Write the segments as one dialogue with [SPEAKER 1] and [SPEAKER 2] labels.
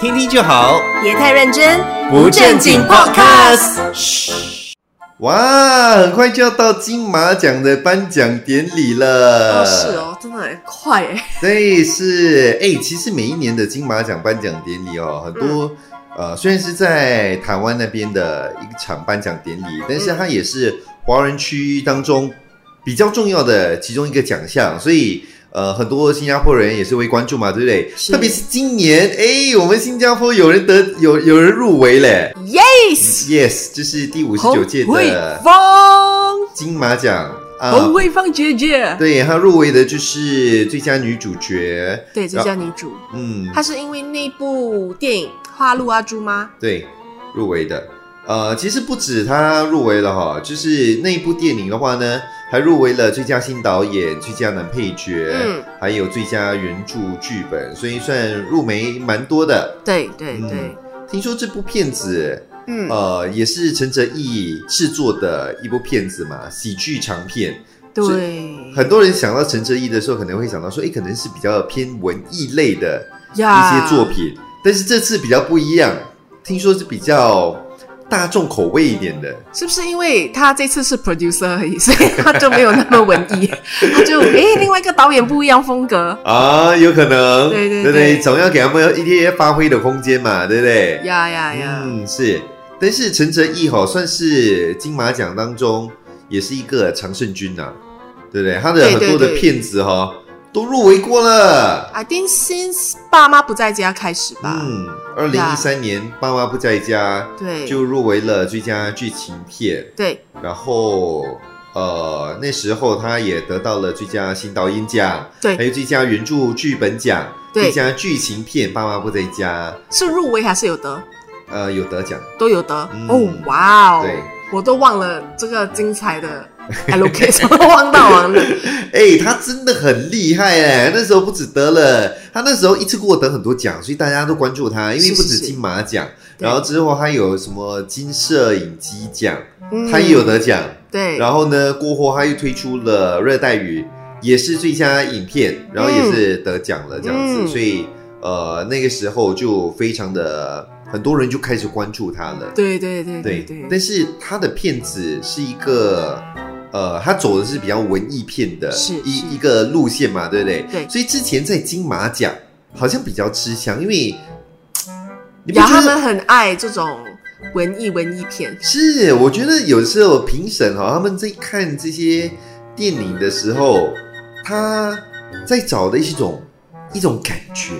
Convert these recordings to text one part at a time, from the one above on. [SPEAKER 1] 听听就好，
[SPEAKER 2] 别太认真，
[SPEAKER 1] 不正经 podcast。嘘，哇，很快就要到金马奖的颁奖典礼了。
[SPEAKER 2] 哦，是哦，真的很快哎。
[SPEAKER 1] 对，是哎、其实每一年的金马奖颁奖典礼哦，很多、
[SPEAKER 2] 嗯
[SPEAKER 1] 呃，虽然是在台湾那边的一场颁奖典
[SPEAKER 2] 嗯
[SPEAKER 1] 礼，但是它也是华人区当中比较重要的其中一个奖项，所以。呃，很多新加坡人也是会关注嘛，对不对？
[SPEAKER 2] 是
[SPEAKER 1] 特别是今年，哎，我们新加坡有人得有有人入围嘞
[SPEAKER 2] Yes，
[SPEAKER 1] ，yes，这是第五十九
[SPEAKER 2] 洪
[SPEAKER 1] 届
[SPEAKER 2] 慧
[SPEAKER 1] 的
[SPEAKER 2] 芳，
[SPEAKER 1] 金马奖啊、
[SPEAKER 2] 洪慧芳姐姐，
[SPEAKER 1] 对，她入围的就是最佳女主角，
[SPEAKER 2] 对，最佳女主，
[SPEAKER 1] 嗯，
[SPEAKER 2] 她是因为那部电影《花路阿朱》吗？
[SPEAKER 1] 对，入围的。呃，其实不止他入围了哈，就是那一部电影的话呢，还入围了最佳新导演、最佳男配角，
[SPEAKER 2] 嗯
[SPEAKER 1] 还有最佳原著剧本，所以算入围蛮多的。
[SPEAKER 2] 对对
[SPEAKER 1] 嗯
[SPEAKER 2] 对，
[SPEAKER 1] 听说这部片子，
[SPEAKER 2] 嗯，
[SPEAKER 1] 呃，也是陈哲艺制作的一部片子嘛，喜剧长片。
[SPEAKER 2] 对，
[SPEAKER 1] 很多人想到陈哲艺的时候，可能会想到说，诶，可能是比较偏文艺类的一
[SPEAKER 2] 呀
[SPEAKER 1] 些作品，但是这次比较不一样，听说是比较大众口味一点的。
[SPEAKER 2] 是不是因为他这次是 producer 而已，所以他就没有那么文 艺，他就诶、另外一个导演不一样风格
[SPEAKER 1] 啊，有可能，
[SPEAKER 2] 对对
[SPEAKER 1] 对不
[SPEAKER 2] 对
[SPEAKER 1] 总要给他们一些发挥的空间嘛，对不对？
[SPEAKER 2] 呀呀哎呀！
[SPEAKER 1] 嗯，是。但是陈哲艺哈、算是金马奖当中也是一个常胜军呐、啊对不对？他的
[SPEAKER 2] 对
[SPEAKER 1] 很多
[SPEAKER 2] 对
[SPEAKER 1] 的
[SPEAKER 2] 对
[SPEAKER 1] 片子哈、都入围过了。
[SPEAKER 2] I think since 爸妈不在家开始吧，
[SPEAKER 1] 嗯，二零一三年《爸妈不在家》
[SPEAKER 2] 对，
[SPEAKER 1] 就入围了最佳剧情片，
[SPEAKER 2] 对，
[SPEAKER 1] 然后呃那时候他也得到了最佳新导演奖，
[SPEAKER 2] 对
[SPEAKER 1] 还有最佳原著剧本奖，
[SPEAKER 2] 对
[SPEAKER 1] 最佳剧情片《爸妈不在家》，
[SPEAKER 2] 是入围还是有得，
[SPEAKER 1] 呃有得奖，
[SPEAKER 2] 都有得。
[SPEAKER 1] 嗯
[SPEAKER 2] 哦，哇哦，
[SPEAKER 1] 对，
[SPEAKER 2] 我都忘了这个精彩 的 allocation，我都忘到完了。
[SPEAKER 1] 哎、他真的很厉害哎！那时候不止得了，他那时候一次给我得很多奖，所以大家都关注他，因为
[SPEAKER 2] 是
[SPEAKER 1] 不
[SPEAKER 2] 是
[SPEAKER 1] 止
[SPEAKER 2] 是
[SPEAKER 1] 金马奖，
[SPEAKER 2] 对
[SPEAKER 1] 然后之后还有什么金摄影机奖，
[SPEAKER 2] 嗯
[SPEAKER 1] 他也有得奖。
[SPEAKER 2] 对，
[SPEAKER 1] 然后呢，过后他又推出了《热带雨》，也是最佳影片，然后也是得奖了这样子，
[SPEAKER 2] 嗯
[SPEAKER 1] 所以呃那个时候就非常的很多人就开始关注他了。
[SPEAKER 2] 对对对对
[SPEAKER 1] 但
[SPEAKER 2] 对，
[SPEAKER 1] 是他的片子是一个。呃，他走的是比较文艺片的
[SPEAKER 2] 是是
[SPEAKER 1] 一一个路线嘛，对不对？
[SPEAKER 2] 对
[SPEAKER 1] 所以之前在金马奖好像比较吃香，因为你不
[SPEAKER 2] 然后
[SPEAKER 1] 觉
[SPEAKER 2] 他
[SPEAKER 1] 得
[SPEAKER 2] 们很爱这种文艺文艺片，
[SPEAKER 1] 是，我觉得有时候评审哈，他们在看这些电影的时候，他在找的一种一种感觉，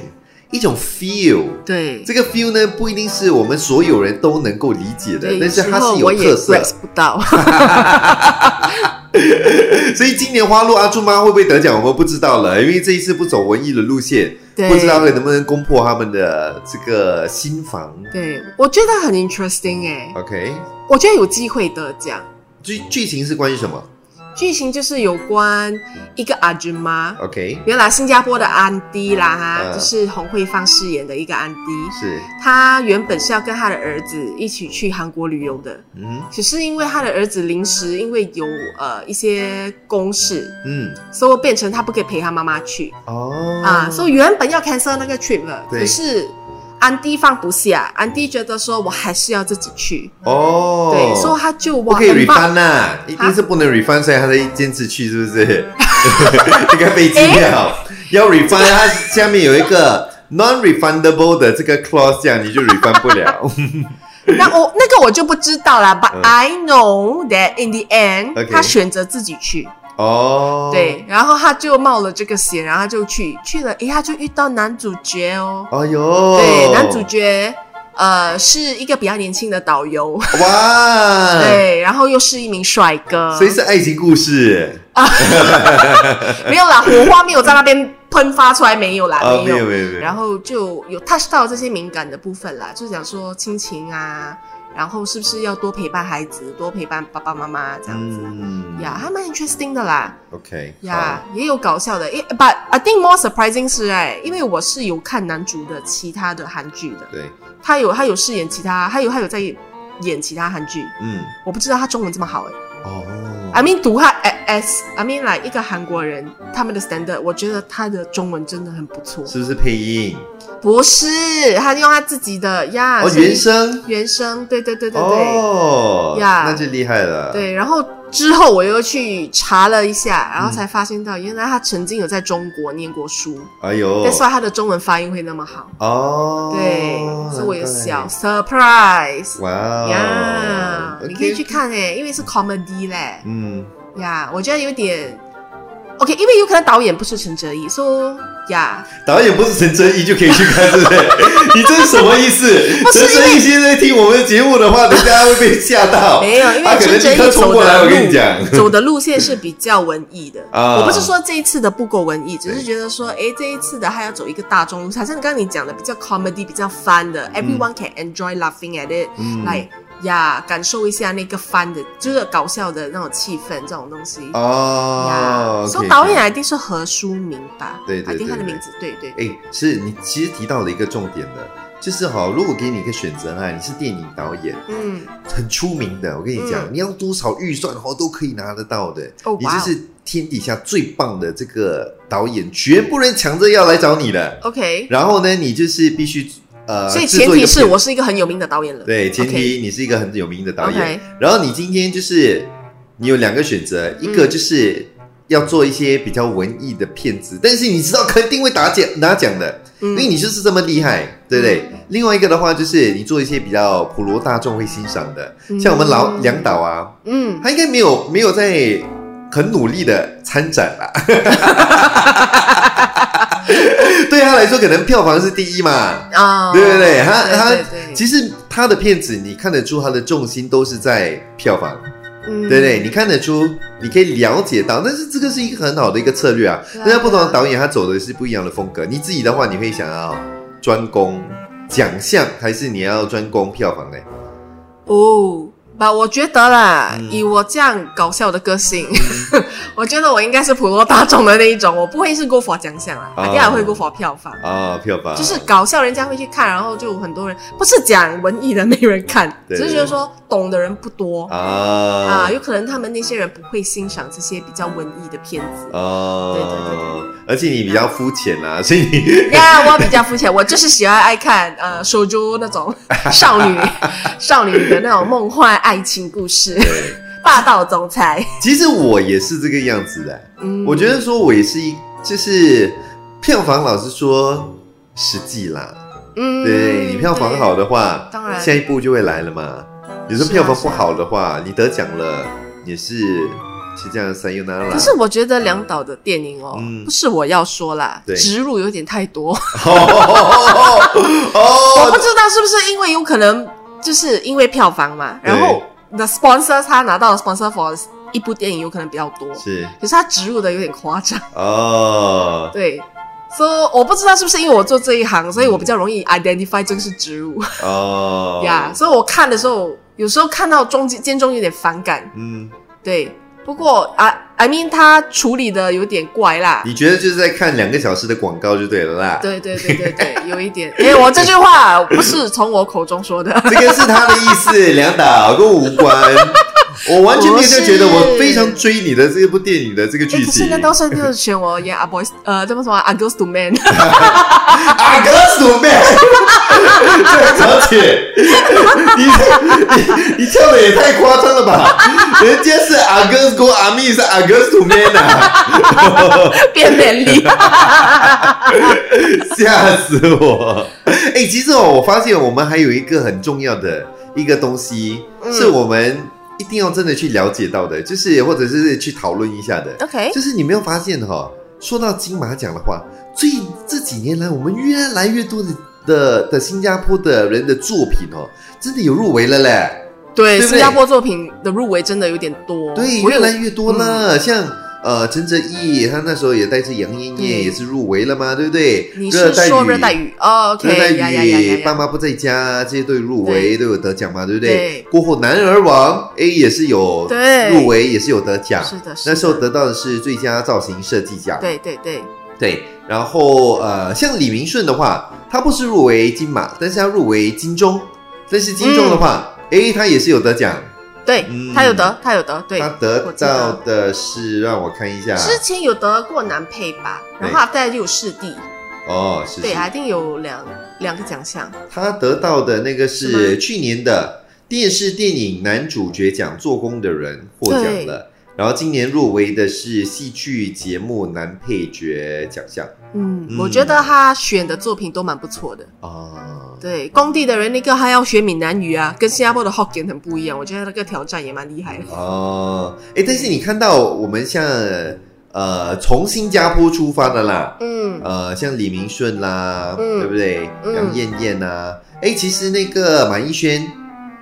[SPEAKER 1] 一种 feel。
[SPEAKER 2] 对。
[SPEAKER 1] 这个 feel 呢，不一定是我们所有人都能够理解的
[SPEAKER 2] 对，，
[SPEAKER 1] 但是它
[SPEAKER 2] 有时
[SPEAKER 1] 是
[SPEAKER 2] 候我
[SPEAKER 1] 有
[SPEAKER 2] 也
[SPEAKER 1] 特色。
[SPEAKER 2] grasp 不到，
[SPEAKER 1] 所以今年花路阿朱妈会不会得奖，我们不知道了，因为这一次不走文艺的路线，
[SPEAKER 2] 对，
[SPEAKER 1] 不知道能不能攻破他们的这个心房。
[SPEAKER 2] 对，我觉得很 interesting 哎、
[SPEAKER 1] OK，
[SPEAKER 2] 我觉得有机会得奖。
[SPEAKER 1] 剧剧情是关于什么
[SPEAKER 2] 剧情就是有关一个阿君妈，
[SPEAKER 1] ？OK，
[SPEAKER 2] 原来新加坡的安迪啦哈，
[SPEAKER 1] 嗯
[SPEAKER 2] 就是洪慧芳饰演的一个安迪，
[SPEAKER 1] 是，
[SPEAKER 2] 她原本是要跟她的儿子一起去韩国旅游的，
[SPEAKER 1] 嗯
[SPEAKER 2] 只是因为她的儿子临时因为有呃一些公事，
[SPEAKER 1] 嗯，
[SPEAKER 2] 所以变成她不可以陪她妈妈去
[SPEAKER 1] 哦，
[SPEAKER 2] 啊，所以原本要 cancel 那个 trip 了，
[SPEAKER 1] 对
[SPEAKER 2] 可是安迪放不下，安迪觉得说我还是要自己去，
[SPEAKER 1] 哦，
[SPEAKER 2] 对，所以她就
[SPEAKER 1] 不
[SPEAKER 2] 哇
[SPEAKER 1] 可以
[SPEAKER 2] 很棒啊
[SPEAKER 1] refund 啦，一定是不能 refund，所以他才坚持去，是 不是？应该被记掉。要 refund，它下面有一个 non refundable 的这个 clause，这样你就 refund 不 了。
[SPEAKER 2] 那我那个我就不知道啦。But
[SPEAKER 1] 嗯
[SPEAKER 2] I know that in the end，、
[SPEAKER 1] Okay
[SPEAKER 2] 他选择自己去，
[SPEAKER 1] 哦，
[SPEAKER 2] 对，然后他就冒了这个险，然后他就去去了，诶，他就遇到男主角哦，
[SPEAKER 1] 哎呦，
[SPEAKER 2] 对，男主角呃是一个比较年轻的导游，
[SPEAKER 1] 哇，，
[SPEAKER 2] 对，然后又是一名帅哥
[SPEAKER 1] 嗯所，以是爱情故事
[SPEAKER 2] 没 有啦，火花没有在那边喷发出来，没有啦，
[SPEAKER 1] 啊，
[SPEAKER 2] 没
[SPEAKER 1] 没
[SPEAKER 2] 有。
[SPEAKER 1] 有没有没有，
[SPEAKER 2] 然后就有 touch 到这些敏感的部分啦，就讲说亲情啊，然后是不是要多陪伴孩子，多陪伴爸爸妈妈这样子。
[SPEAKER 1] 嗯
[SPEAKER 2] 呀，还蛮 interesting 的啦，
[SPEAKER 1] ，OK，
[SPEAKER 2] 呀、也有搞笑的。诶，but I think more surprising 是哎，因为我是有看男主的其他的韩剧的
[SPEAKER 1] 好，对，
[SPEAKER 2] 他有他有饰演其他，他有他有在演其他韩剧，
[SPEAKER 1] 嗯，
[SPEAKER 2] 我不知道他中文这么好哎。
[SPEAKER 1] 哦，
[SPEAKER 2] I mean 读他 as I mean like 一个韩国人他们的 standard，我觉得他的中文真的很不错，
[SPEAKER 1] 是不是配音？
[SPEAKER 2] 不是，他用他自己的呀，
[SPEAKER 1] 哦，
[SPEAKER 2] 所以
[SPEAKER 1] 原声，
[SPEAKER 2] 原声，对啊对对对对、
[SPEAKER 1] 哦，
[SPEAKER 2] 呀
[SPEAKER 1] 那就厉害了，，
[SPEAKER 2] 对。然后之后我又去查了一下，然后才发现到原来他曾经有在中国念过书，
[SPEAKER 1] 哎呦
[SPEAKER 2] 但，是他的中文发音会那么好，
[SPEAKER 1] 哦，
[SPEAKER 2] 对，所以我有
[SPEAKER 1] 难怪
[SPEAKER 2] 小，surprise。
[SPEAKER 1] 哇哦，
[SPEAKER 2] 呀
[SPEAKER 1] OK，
[SPEAKER 2] 你可以去看哎、因为是 comedy 嘞。
[SPEAKER 1] 嗯，
[SPEAKER 2] 呀我觉得有点 OK，因为有可能导演不是陈哲艺，so 呀、
[SPEAKER 1] 导演不是陈真一就可以去看，对 不对？你这是什么意思？陈真一现在听我们的节目的话，人家会被吓 到。
[SPEAKER 2] 没有，因
[SPEAKER 1] 他
[SPEAKER 2] 为
[SPEAKER 1] 啊可能
[SPEAKER 2] 陈哲
[SPEAKER 1] 立刻
[SPEAKER 2] 艺
[SPEAKER 1] 冲
[SPEAKER 2] 走
[SPEAKER 1] 过来，
[SPEAKER 2] 的
[SPEAKER 1] 我跟你
[SPEAKER 2] 路
[SPEAKER 1] 讲，
[SPEAKER 2] 走的路线是比较文艺的。
[SPEAKER 1] 啊
[SPEAKER 2] 我不是说这一次的不够文艺，只是
[SPEAKER 1] 对
[SPEAKER 2] 觉得说，哎，这一次的他要走一个大众路线，像刚刚你讲的比较 comedy、比较 fun 的，everyone can enjoy laughing at it，
[SPEAKER 1] 嗯
[SPEAKER 2] 来呀，感受一下那个 fun 的，就是搞笑的那种气氛这种东西。
[SPEAKER 1] 哦
[SPEAKER 2] 呀，，
[SPEAKER 1] 可
[SPEAKER 2] 说
[SPEAKER 1] 以
[SPEAKER 2] 导
[SPEAKER 1] 看
[SPEAKER 2] 演一定是何书明吧？
[SPEAKER 1] 对对
[SPEAKER 2] 一定他的
[SPEAKER 1] 对对
[SPEAKER 2] 名字，对对。
[SPEAKER 1] 哎，是你其实提到了一个重点的，就是哈，如果给你一个选择啊，你是电影导演，
[SPEAKER 2] 嗯，
[SPEAKER 1] 很出名的，我跟你讲，
[SPEAKER 2] 嗯
[SPEAKER 1] 你要多少预算哦都可以拿得到的，
[SPEAKER 2] 哦
[SPEAKER 1] 你
[SPEAKER 2] 哇
[SPEAKER 1] 就
[SPEAKER 2] 哦
[SPEAKER 1] 是天底下最棒的这个导演，绝不能抢着要来找你的。
[SPEAKER 2] OK，
[SPEAKER 1] 然后呢，你就是必须呃，
[SPEAKER 2] 所以
[SPEAKER 1] 制
[SPEAKER 2] 前
[SPEAKER 1] 作一
[SPEAKER 2] 提
[SPEAKER 1] 个
[SPEAKER 2] 是
[SPEAKER 1] 片
[SPEAKER 2] 我是一个很有名的导演了。
[SPEAKER 1] 对，前
[SPEAKER 2] OK
[SPEAKER 1] 提你是一个很有名的导演。
[SPEAKER 2] OK
[SPEAKER 1] 然后你今天就是你有两个选择，一个就是要做一些比较文艺的片子，但是你知道肯定会打奖拿奖的，因
[SPEAKER 2] 嗯
[SPEAKER 1] 为你就是这么厉害，对不对？另外一个的话就是你做一些比较普罗大众会欣赏的，
[SPEAKER 2] 嗯
[SPEAKER 1] 像我们老梁导啊，
[SPEAKER 2] 嗯，
[SPEAKER 1] 他应该没有没有在很努力的参展啦。 对他来说，可能票房是第一嘛，
[SPEAKER 2] 啊，
[SPEAKER 1] 对不对？他
[SPEAKER 2] 对对
[SPEAKER 1] 他
[SPEAKER 2] 对
[SPEAKER 1] 其实他的片子，你看得出他的重心都是在票房，
[SPEAKER 2] 嗯
[SPEAKER 1] 对不对？你看得出，你可以了解到，但是这个是一个很好的一个策略啊。
[SPEAKER 2] 对啊
[SPEAKER 1] 那在不同的导演，他走的是不一样的风格。你自己的话，你会想要专攻奖项，还是你要专攻票房呢？
[SPEAKER 2] 哦。吧，我觉得啦，
[SPEAKER 1] 嗯
[SPEAKER 2] 以我这样搞笑的个性， 我觉得我应该是普罗大众的那一种，我不会是 go for 奖项啦，
[SPEAKER 1] 哦
[SPEAKER 2] 肯定还会 go for 票房，
[SPEAKER 1] 啊、票房
[SPEAKER 2] 就是搞笑人家会去看，然后就有很多人不是讲文艺的没人看，
[SPEAKER 1] 对
[SPEAKER 2] 只是觉得说懂的人不多
[SPEAKER 1] 啊
[SPEAKER 2] 啊，
[SPEAKER 1] 啊
[SPEAKER 2] 有可能他们那些人不会欣赏这些比较文艺的片子。对对对
[SPEAKER 1] 哦而且你比较肤浅啦、 所以你
[SPEAKER 2] 呀，我比较肤浅，我就是喜欢爱看呃手珠那 种少女少女的那种梦幻爱情故事，霸道总裁。
[SPEAKER 1] 其实我也是这个样子的。
[SPEAKER 2] 嗯
[SPEAKER 1] 我觉得说我也是一，就是票房，老实说实际啦，
[SPEAKER 2] 嗯
[SPEAKER 1] 对你票房好的话，
[SPEAKER 2] 当然
[SPEAKER 1] 下一部就会来了嘛。你说
[SPEAKER 2] 是啊啊
[SPEAKER 1] 票房不好的话，你得奖了也是是这样三 u 那啦。
[SPEAKER 2] 可是我觉得梁导的电影哦，
[SPEAKER 1] 嗯
[SPEAKER 2] 不是我要说啦
[SPEAKER 1] 对，
[SPEAKER 2] 植入有点太 多，
[SPEAKER 1] 哦
[SPEAKER 2] 我不
[SPEAKER 1] 哦，
[SPEAKER 2] 知道是不是因为有可能就是因为票房嘛，
[SPEAKER 1] 对
[SPEAKER 2] 然后 the sponsor 他拿到的 sponsor for 一部电影有可能比较多，
[SPEAKER 1] 是
[SPEAKER 2] 可是他植入的有点夸张。
[SPEAKER 1] 哦，
[SPEAKER 2] 对，所、以我不知道是不是因为我做这一行，所以我比较容易 identify 这个是植入
[SPEAKER 1] 嗯哦
[SPEAKER 2] 呀。所以我看的时候，有时候看到中间间中有点反感。
[SPEAKER 1] 嗯，
[SPEAKER 2] 对，不过啊，I mean 他处理的有点怪啦。
[SPEAKER 1] 你觉得就是在看两个小时的广告就对了啦。
[SPEAKER 2] 对对对对 对，有一点。哎、我这句话不是从我口中 说的。
[SPEAKER 1] 这个是他的意思，梁导跟我无关。我完全没有就觉得我非常追你的这部电影的这个
[SPEAKER 2] 哎、
[SPEAKER 1] 剧
[SPEAKER 2] 可
[SPEAKER 1] 情
[SPEAKER 2] 是。那当时就是选 我演 a boys，呃，怎么说啊，a girls to men。
[SPEAKER 1] 阿哥鼠妹，小姐，你你你跳的也太夸张了吧？人家是阿哥跟阿密是阿哥鼠妹呐，
[SPEAKER 2] 变美 丽。
[SPEAKER 1] 吓死我！哎、其实哦，我发现我们还有一个很重要的一个东西，
[SPEAKER 2] 嗯
[SPEAKER 1] 是我们一定要真的去了解到的，就是或者是去讨论一下的。
[SPEAKER 2] OK，
[SPEAKER 1] 就是你没有发现哈、说到金马奖的话，最这几年来，我们越来越多的的的新加坡的人的作品哦，真的有入围了嘞。
[SPEAKER 2] 对，
[SPEAKER 1] 对不对
[SPEAKER 2] 新加坡作品的入围真的有点多。
[SPEAKER 1] 对，
[SPEAKER 2] 我有嗯
[SPEAKER 1] 越来越多了。像呃陈哲艺，他那时候也带着杨艳艳
[SPEAKER 2] 嗯
[SPEAKER 1] 也是入围了嘛，对不对？
[SPEAKER 2] 你是说
[SPEAKER 1] 热
[SPEAKER 2] 热带
[SPEAKER 1] 带雨。
[SPEAKER 2] 雨？哦，OK，
[SPEAKER 1] 热带
[SPEAKER 2] 呀呀呀呀
[SPEAKER 1] 雨、
[SPEAKER 2] 呀
[SPEAKER 1] 爸妈不在家，这些都有入围，
[SPEAKER 2] 对
[SPEAKER 1] 都有得奖嘛，对不对？
[SPEAKER 2] 对
[SPEAKER 1] 过后，男儿王 A 也是有
[SPEAKER 2] 对
[SPEAKER 1] 入围，也是有得奖。
[SPEAKER 2] 是的，是的
[SPEAKER 1] 那时候得到的是最佳造型设计奖。
[SPEAKER 2] 对对对，
[SPEAKER 1] 对，然后呃，像李明顺的话，他不是入围金马，但是他入围金钟，但是金钟的
[SPEAKER 2] 嗯
[SPEAKER 1] 话，诶，他也是有得奖，
[SPEAKER 2] 对、
[SPEAKER 1] 嗯
[SPEAKER 2] 他有得，他有得，对
[SPEAKER 1] 他，得到啊的是让我看一下，
[SPEAKER 2] 之前有得过男配吧，然后他再就有视帝，
[SPEAKER 1] 哦，是
[SPEAKER 2] 对，
[SPEAKER 1] 是
[SPEAKER 2] 还一定有两两个奖项。
[SPEAKER 1] 他得到的那个
[SPEAKER 2] 是
[SPEAKER 1] 是去年的电视电影男主角奖《做工的人》获奖了，然后今年入围的是戏剧节目男配角奖项
[SPEAKER 2] 嗯，
[SPEAKER 1] 嗯
[SPEAKER 2] 我觉得他选的作品都蛮不错的。
[SPEAKER 1] 啊。
[SPEAKER 2] 对，工地的人那个还要学闽南语啊，跟新加坡的 Hokkien 很不一样。我觉得那个挑战也蛮厉害的。
[SPEAKER 1] 哦，哎，但是你看到我们像呃从新加坡出发的啦，
[SPEAKER 2] 嗯，
[SPEAKER 1] 呃，像李明顺啦，
[SPEAKER 2] 嗯
[SPEAKER 1] 对不对？
[SPEAKER 2] 嗯
[SPEAKER 1] 杨艳艳啊，哎，其实那个马逸轩。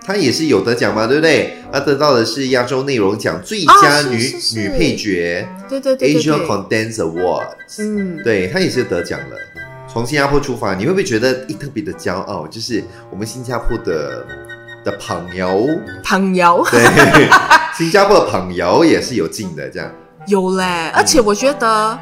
[SPEAKER 1] 她也是有得奖嘛，对不对？她得到的是亚洲内容奖最
[SPEAKER 2] 啊
[SPEAKER 1] 佳
[SPEAKER 2] 是
[SPEAKER 1] 女、
[SPEAKER 2] 是是
[SPEAKER 1] 女配角
[SPEAKER 2] 对对对对
[SPEAKER 1] Asia
[SPEAKER 2] 对，
[SPEAKER 1] Condense Awards，、
[SPEAKER 2] 嗯，
[SPEAKER 1] 对她也是得奖了。从新加坡出发，你会不会觉得哎一特别的骄傲？就是我们新加坡的的朋友，
[SPEAKER 2] 唐瑶
[SPEAKER 1] 对，新加坡的朋友也是有进的，这样
[SPEAKER 2] 有嘞，
[SPEAKER 1] 嗯
[SPEAKER 2] 而且我觉得。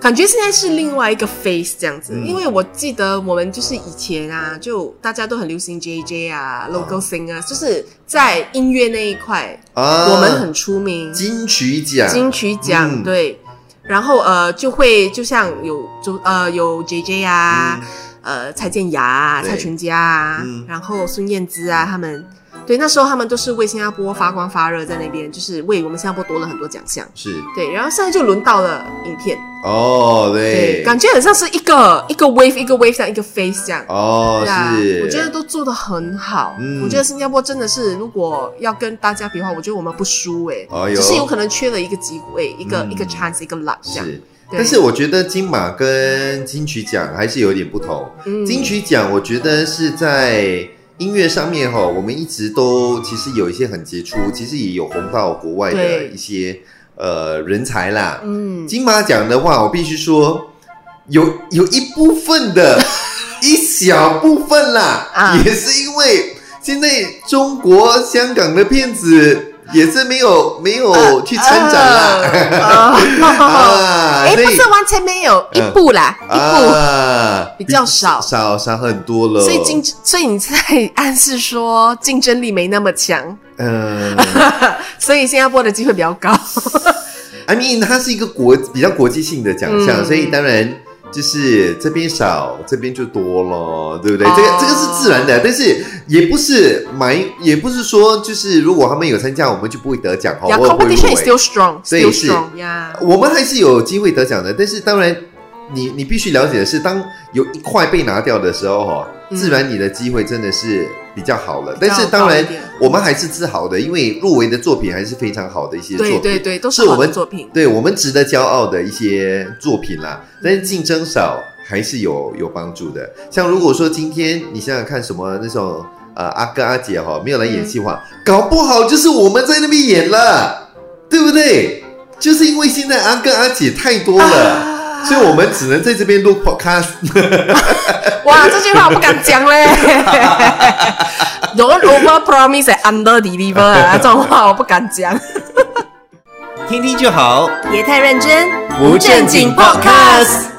[SPEAKER 2] 感觉现在是另外一个 face 这样子，
[SPEAKER 1] 嗯
[SPEAKER 2] 因为我记得我们就是以前啊，就大家都很流行 JJ
[SPEAKER 1] 嗯
[SPEAKER 2] 啊、local singer，就是在音乐那一块，
[SPEAKER 1] 啊。
[SPEAKER 2] 我们很出名。
[SPEAKER 1] 金曲奖，
[SPEAKER 2] 金曲奖、
[SPEAKER 1] 嗯
[SPEAKER 2] 对，然后呃就会就像有就呃有 J J
[SPEAKER 1] 嗯
[SPEAKER 2] 啊，呃蔡健雅啊、
[SPEAKER 1] 对
[SPEAKER 2] 蔡淳佳啊，
[SPEAKER 1] 嗯
[SPEAKER 2] 然后孙燕姿啊他们，对那时候他们都是为新加坡发光发热，在那边就是为我们新加坡夺了很多奖项。
[SPEAKER 1] 是
[SPEAKER 2] 对，然后现在就轮到了影片，
[SPEAKER 1] 哦，对，
[SPEAKER 2] 感觉很像是一个一个 wave 一个 wave 这样一个 face 这样。
[SPEAKER 1] 哦
[SPEAKER 2] 对啊
[SPEAKER 1] 是，，
[SPEAKER 2] 我觉得都做得很好。
[SPEAKER 1] 嗯
[SPEAKER 2] 我觉得新加坡真的是，如果要跟大家比的话，我觉得我们不输哎、
[SPEAKER 1] 哎呦
[SPEAKER 2] 只是有可能缺了一个机会，一个、
[SPEAKER 1] 嗯
[SPEAKER 2] 一个 chance，一个 luck 这样。
[SPEAKER 1] 是。
[SPEAKER 2] 对
[SPEAKER 1] 但是我觉得金马跟金曲奖还是有点不同。
[SPEAKER 2] 嗯
[SPEAKER 1] 金曲奖我觉得是在音乐上面哈，我们一直都其实有一些很杰出，其实也有红到国外的
[SPEAKER 2] 对
[SPEAKER 1] 一些呃人才啦。
[SPEAKER 2] 嗯，
[SPEAKER 1] 金马奖的话，我必须说有有一部 分的一小部分啦，
[SPEAKER 2] 啊
[SPEAKER 1] 也是因为现在中国香港的片子也是没有没有去参展啦。
[SPEAKER 2] 啊。呃啊
[SPEAKER 1] 啊，
[SPEAKER 2] 哎，
[SPEAKER 1] 所以
[SPEAKER 2] 不是完全没有一
[SPEAKER 1] 嗯
[SPEAKER 2] 部啦，一
[SPEAKER 1] 啊，
[SPEAKER 2] 比较少
[SPEAKER 1] 少少很多了。
[SPEAKER 2] 部，所以竞，所以你在暗示说竞争力没那么强，
[SPEAKER 1] 嗯、
[SPEAKER 2] 所以新加坡的机会比较高。
[SPEAKER 1] i mean，它是一个国比较国际性的奖项，
[SPEAKER 2] 嗯
[SPEAKER 1] 所以当然就是这边少，这边就多咯，对不对？
[SPEAKER 2] 哦
[SPEAKER 1] 这个这个是自然的，但是也不是埋，也不是说就是如果他们有参加，我们就不会得奖哈，
[SPEAKER 2] Yeah,
[SPEAKER 1] 我也不会入
[SPEAKER 2] competition is
[SPEAKER 1] 围
[SPEAKER 2] still。strong,
[SPEAKER 1] 欸所以
[SPEAKER 2] still
[SPEAKER 1] 是
[SPEAKER 2] strong 呀。
[SPEAKER 1] 我们还是有机会得奖的，但是当然你，你必须了解的是，当有一块被拿掉的时候，哈，
[SPEAKER 2] 嗯
[SPEAKER 1] 自然你的机会真的是比较好了。
[SPEAKER 2] 较
[SPEAKER 1] 但是当
[SPEAKER 2] 高一
[SPEAKER 1] 然
[SPEAKER 2] 点，
[SPEAKER 1] 我们还是自豪的，因为入围的作品还是非常好的一些作
[SPEAKER 2] 对
[SPEAKER 1] 品，
[SPEAKER 2] 对对，都是
[SPEAKER 1] 是我
[SPEAKER 2] 好的
[SPEAKER 1] 们
[SPEAKER 2] 作品。嗯
[SPEAKER 1] 对我们值得骄傲的一些作品啦。但是竞争少还是有有帮助的。像如果说今天你想想看，什么那种呃阿哥阿姐哈、没有来演戏的话，
[SPEAKER 2] 嗯
[SPEAKER 1] 搞不好就是我们在那边演了，对不对？就是因为现在阿哥阿姐太多了。
[SPEAKER 2] 啊
[SPEAKER 1] 所以我们只能在这边录 podcast，
[SPEAKER 2] 哇，这句话我不敢讲 嘞。有 over promise and under deliver 啊，这种话我不敢讲。
[SPEAKER 1] 听听就好，
[SPEAKER 2] 别太认真，
[SPEAKER 1] 不正经 podcast。